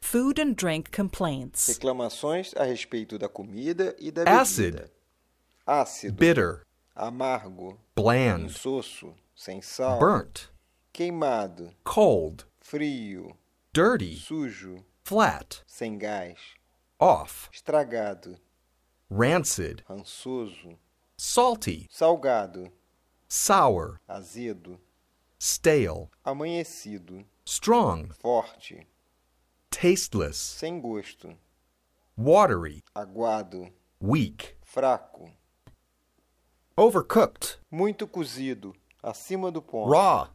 food and drink complaints. Reclamações a respeito da comida e da Acid. bebida. Ácido, bitter, amargo, bland, insosso, sem sal, burnt, queimado, cold, frio, dirty, sujo, flat, sem gás, off, estragado, rancid, rançoso, salty, salgado, sour, azedo, stale, amanhecido, strong, forte, tasteless, sem gosto, watery, aguado, weak, fraco, overcooked, muito cozido, acima do ponto, raw,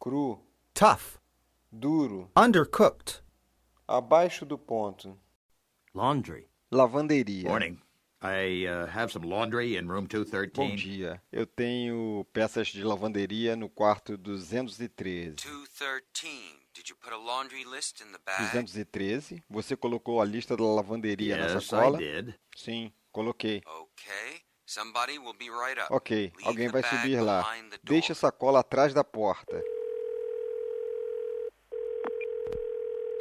cru, tough, duro, undercooked, abaixo do ponto, Laundry. lavanderia. Morning. I uh, have some laundry in room Bom 213. dia. Eu tenho peças de lavanderia no quarto 213. 213. Did you put a laundry list in the bag? 213. Você colocou a lista da lavanderia na Yes, I sacola? did. Sim, coloquei. Okay. Somebody will be right up. Ok, Leave alguém the vai bag subir lá. behind the Deixe a door. sacola atrás da porta.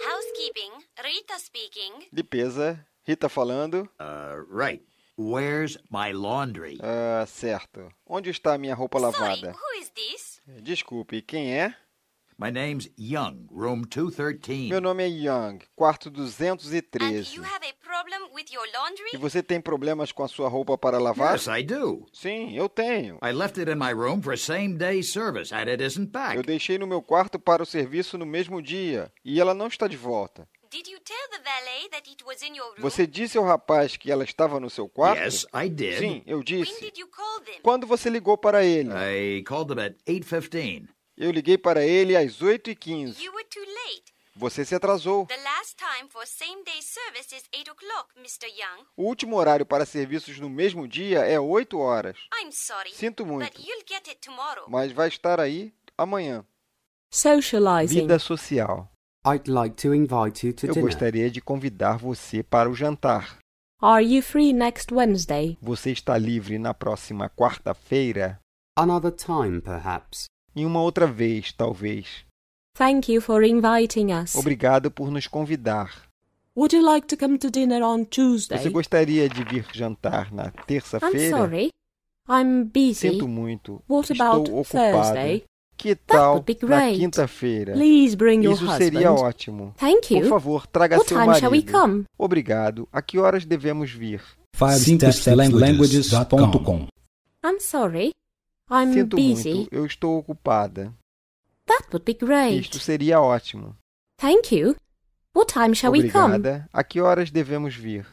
Housekeeping, Rita speaking. Limpeza. Rita falando. Uh, right. Where's my laundry? Ah, certo. Onde está a minha roupa Sorry, lavada? who is this? Desculpe, quem é? My name's Young, room 213. Meu nome é Young, quarto And 213. you have a problem with your laundry? E você tem problemas com a sua roupa para lavar? yes, I do. Sim, eu tenho. I left it in my room for same day service, and it isn't back. Eu deixei no meu quarto para o serviço no mesmo dia e ela não está de volta. Did you tell the valet that it was in your room? Você disse ao rapaz que ela estava no seu quarto? Yes, I did. Sim, eu When disse. did you call them? Quando você ligou para ele? I called them at 8:15. Eu liguei para ele às 8h15. You were too late. Você se atrasou. The last time for same day service is 8 o'clock, Mr. Young. O último horário para serviços no mesmo dia é 8 horas. I'm sorry. Sinto But muito, you'll get it tomorrow. mas vai estar aí amanhã. Socializing. Vida social. I'd like to invite you to Eu dinner. gostaria de convidar você para o jantar. Are you free next Wednesday? Você está livre na próxima quarta-feira? Another time, perhaps. Em uma outra vez, talvez. Thank you for inviting us. Obrigado por nos convidar. Would you like to come to dinner on Você Tuesday? gostaria de vir jantar na Tá I'm terça-feira? sorry. I'm busy. Sinto muito. What Estou about ocupado. Thursday? Que tal would be na great. quinta-feira? Please bring your Isso seria husband. ótimo. Thank Por you. favor, traga What seu time shall we marido. come? Obrigado. A que horas devemos vir? Languages.com I'm sorry. I'm Sinto busy. muito. Eu estou ocupada. That would be great. Isto seria ótimo. Thank you. What time shall we come? Obrigada. A que horas devemos vir?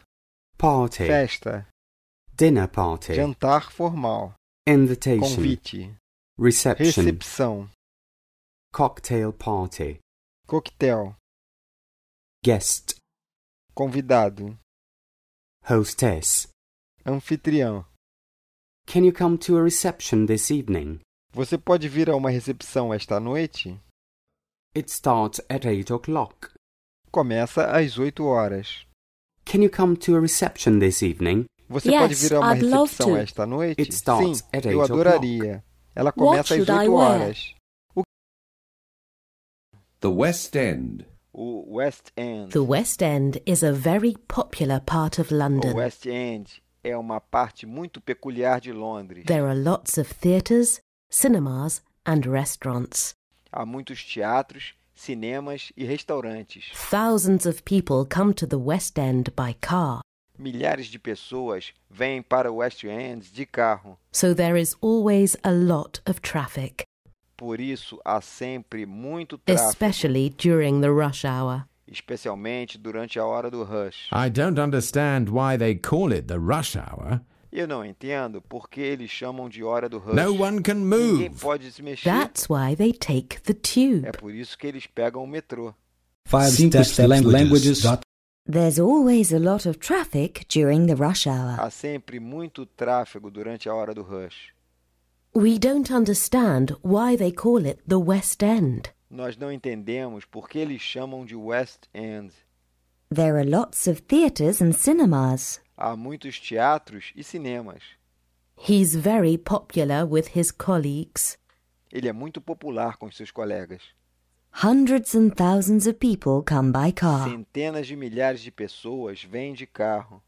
Party. Festa. Dinner party. Jantar formal. Invitation. Convite. Reception. Recepção. Cocktail party. Coquetel. Guest. Convidado. Hostess. Anfitrião. Can you come to a reception this evening? Você pode vir a uma recepção esta noite? It starts at 8 o'clock. Começa às 8 horas. Can you come to a reception this evening? Você Yes, pode vir a uma I'd love recepção to. esta noite? It starts Sim, at eu 8 adoraria. Ela What começa às should I 8 wear? horas. The West End. O West End. The West End is a very popular part of O London. West End é uma parte muito peculiar de Londres. There are lots of theatres, cinemas, and restaurants. Há muitos teatros, cinemas e restaurantes. Thousands of people come to the West End by car, Milhares de pessoas vêm para o West End de carro. so there is always a lot of traffic, Por isso há sempre muito tráfego, especially during the rush hour. especialmente durante a hora do rush. I don't understand why they call it the rush hour. Eu não entendo por que eles chamam de hora do rush. No one can Ninguém move. pode se mexer. That's why they take the É tube. por isso que eles pegam o metrô. There's always a lot of traffic during the rush hour. Há sempre muito tráfego durante a hora do rush. We don't understand why they call it the West End. Nós não entendemos por que eles chamam de West End. There are lots of theatres and cinemas. Há muitos teatros e cinemas. He's very popular with his colleagues. Ele é muito popular com seus colegas. Hundreds and thousands of people come by car. Centenas de milhares de pessoas vêm de carro.